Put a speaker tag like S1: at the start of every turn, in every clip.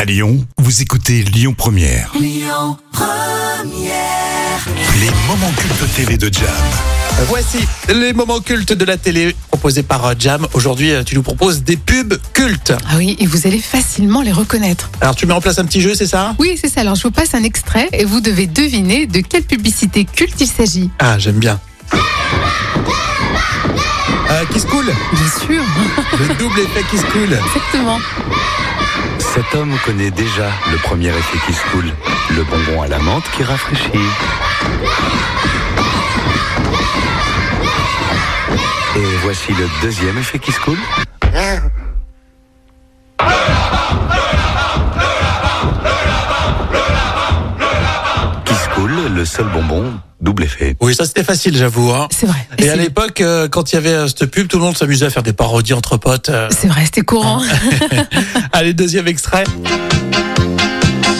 S1: À Lyon, vous écoutez Lyon Première. Les moments cultes TV de Jam.
S2: Voici les moments cultes de la télé proposés par euh, Jam. Aujourd'hui, euh, tu nous proposes des pubs cultes.
S3: Ah oui, et vous allez facilement les reconnaître.
S2: Alors, tu mets en place un petit jeu, c'est ça
S3: Oui, c'est ça. Alors, je vous passe un extrait et vous devez deviner de quelle publicité culte il s'agit.
S2: Ah, j'aime bien. Euh, qui se coule
S3: Bien sûr,
S2: Le double effet qui se coule.
S3: exactement.
S4: Cet homme connaît déjà le premier effet qui se coule, le bonbon à la menthe qui rafraîchit. Et voici le deuxième effet qui se coule. Qui se coule, le seul bonbon, double effet.
S2: Oui, ça c'était facile, j'avoue. hein.
S3: C'est vrai.
S2: Et à
S3: c'est-
S2: l'époque, euh, quand il y avait euh, cette pub, tout le monde s'amusait à faire des parodies entre potes. euh.
S3: C'est vrai, c'était courant.
S2: Ah. Allez, deuxième extrait.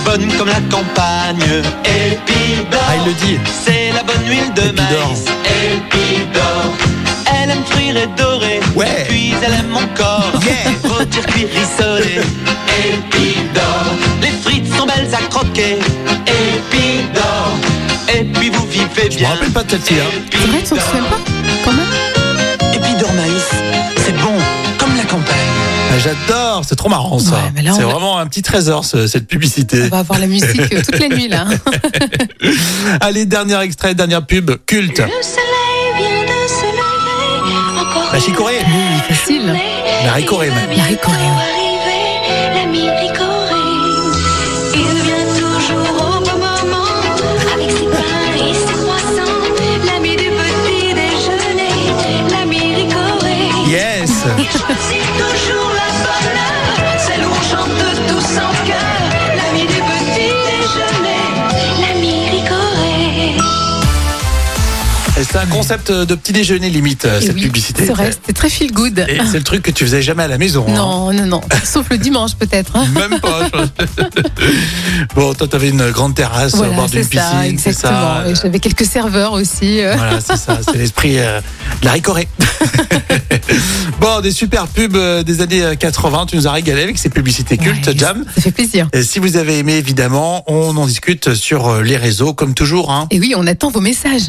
S5: bonne comme la campagne.
S2: Ah, il
S5: Elpidor,
S2: le dit.
S5: c'est la bonne huile de
S2: Elpidor.
S5: maïs. Elpidor, elle aime frire et dorer.
S2: Ouais.
S5: Puis elle aime mon corps. Rôtir, cuire, rissoler. Elpidor, les frites sont belles à croquer. Elpidor, et puis vous vivez
S2: Je me
S5: bien.
S2: rappelle pas de celle-ci. hein.
S3: C'est vrai, tu ne te souviens pas Quand même
S5: Elpidor maïs, c'est bon, comme la campagne.
S2: Ah, J'adore, c'est trop marrant ça.
S3: Ouais, mais là, on Ah,
S2: c'est
S3: a-
S2: vraiment un petit trésor, ce- cette publicité.
S3: On va avoir la musique euh, toute la nuit, là. bah.
S2: Allez, dernier extrait, dernière pub culte.
S6: Le soleil vient de se lever. Encore
S2: La
S6: une
S2: chicorée.
S3: Oui, facile.
S6: journée.
S2: La Ricorée, même.
S6: Il va
S3: La Ricorée,
S6: bientôt
S3: ouais.
S6: arriver, l'ami Ricorée. Il vient toujours au bon moment. Avec ses pains et ses croissants. L'ami du petit déjeuner. L'ami Ricorée.
S2: Yes.
S6: Il choisit toujours la bonne heure. Celle où on chante tous en cœur. L'ami du petit déjeuner. L'ami Ricorée.
S2: Et C'est un concept de petit déjeuner limite, euh,
S3: Et
S2: cette
S3: oui,
S2: publicité.
S3: C'est vrai, c'était très feel good.
S2: Et c'est le truc que tu faisais jamais à la maison. hein.
S3: Non, non, non. Sauf le dimanche, peut-être. hein.
S2: Même pas. je pense. bon, toi, t'avais une grande terrasse au
S3: Voilà,
S2: bord
S3: c'est
S2: d'une piscine.
S3: ça,
S2: c'est ça.
S3: exactement. Et J'avais quelques serveurs aussi. euh.
S2: Voilà, c'est ça. C'est l'esprit euh, de la ricorée. bon, des super pubs euh, des années euh, 80. Tu nous as régalé avec ces publicités cultes,
S3: Ouais,
S2: Jam.
S3: Ça fait plaisir.
S2: Et si vous avez aimé, évidemment, on en discute sur euh, les réseaux, comme toujours. Hein.
S3: Et oui, on attend vos messages.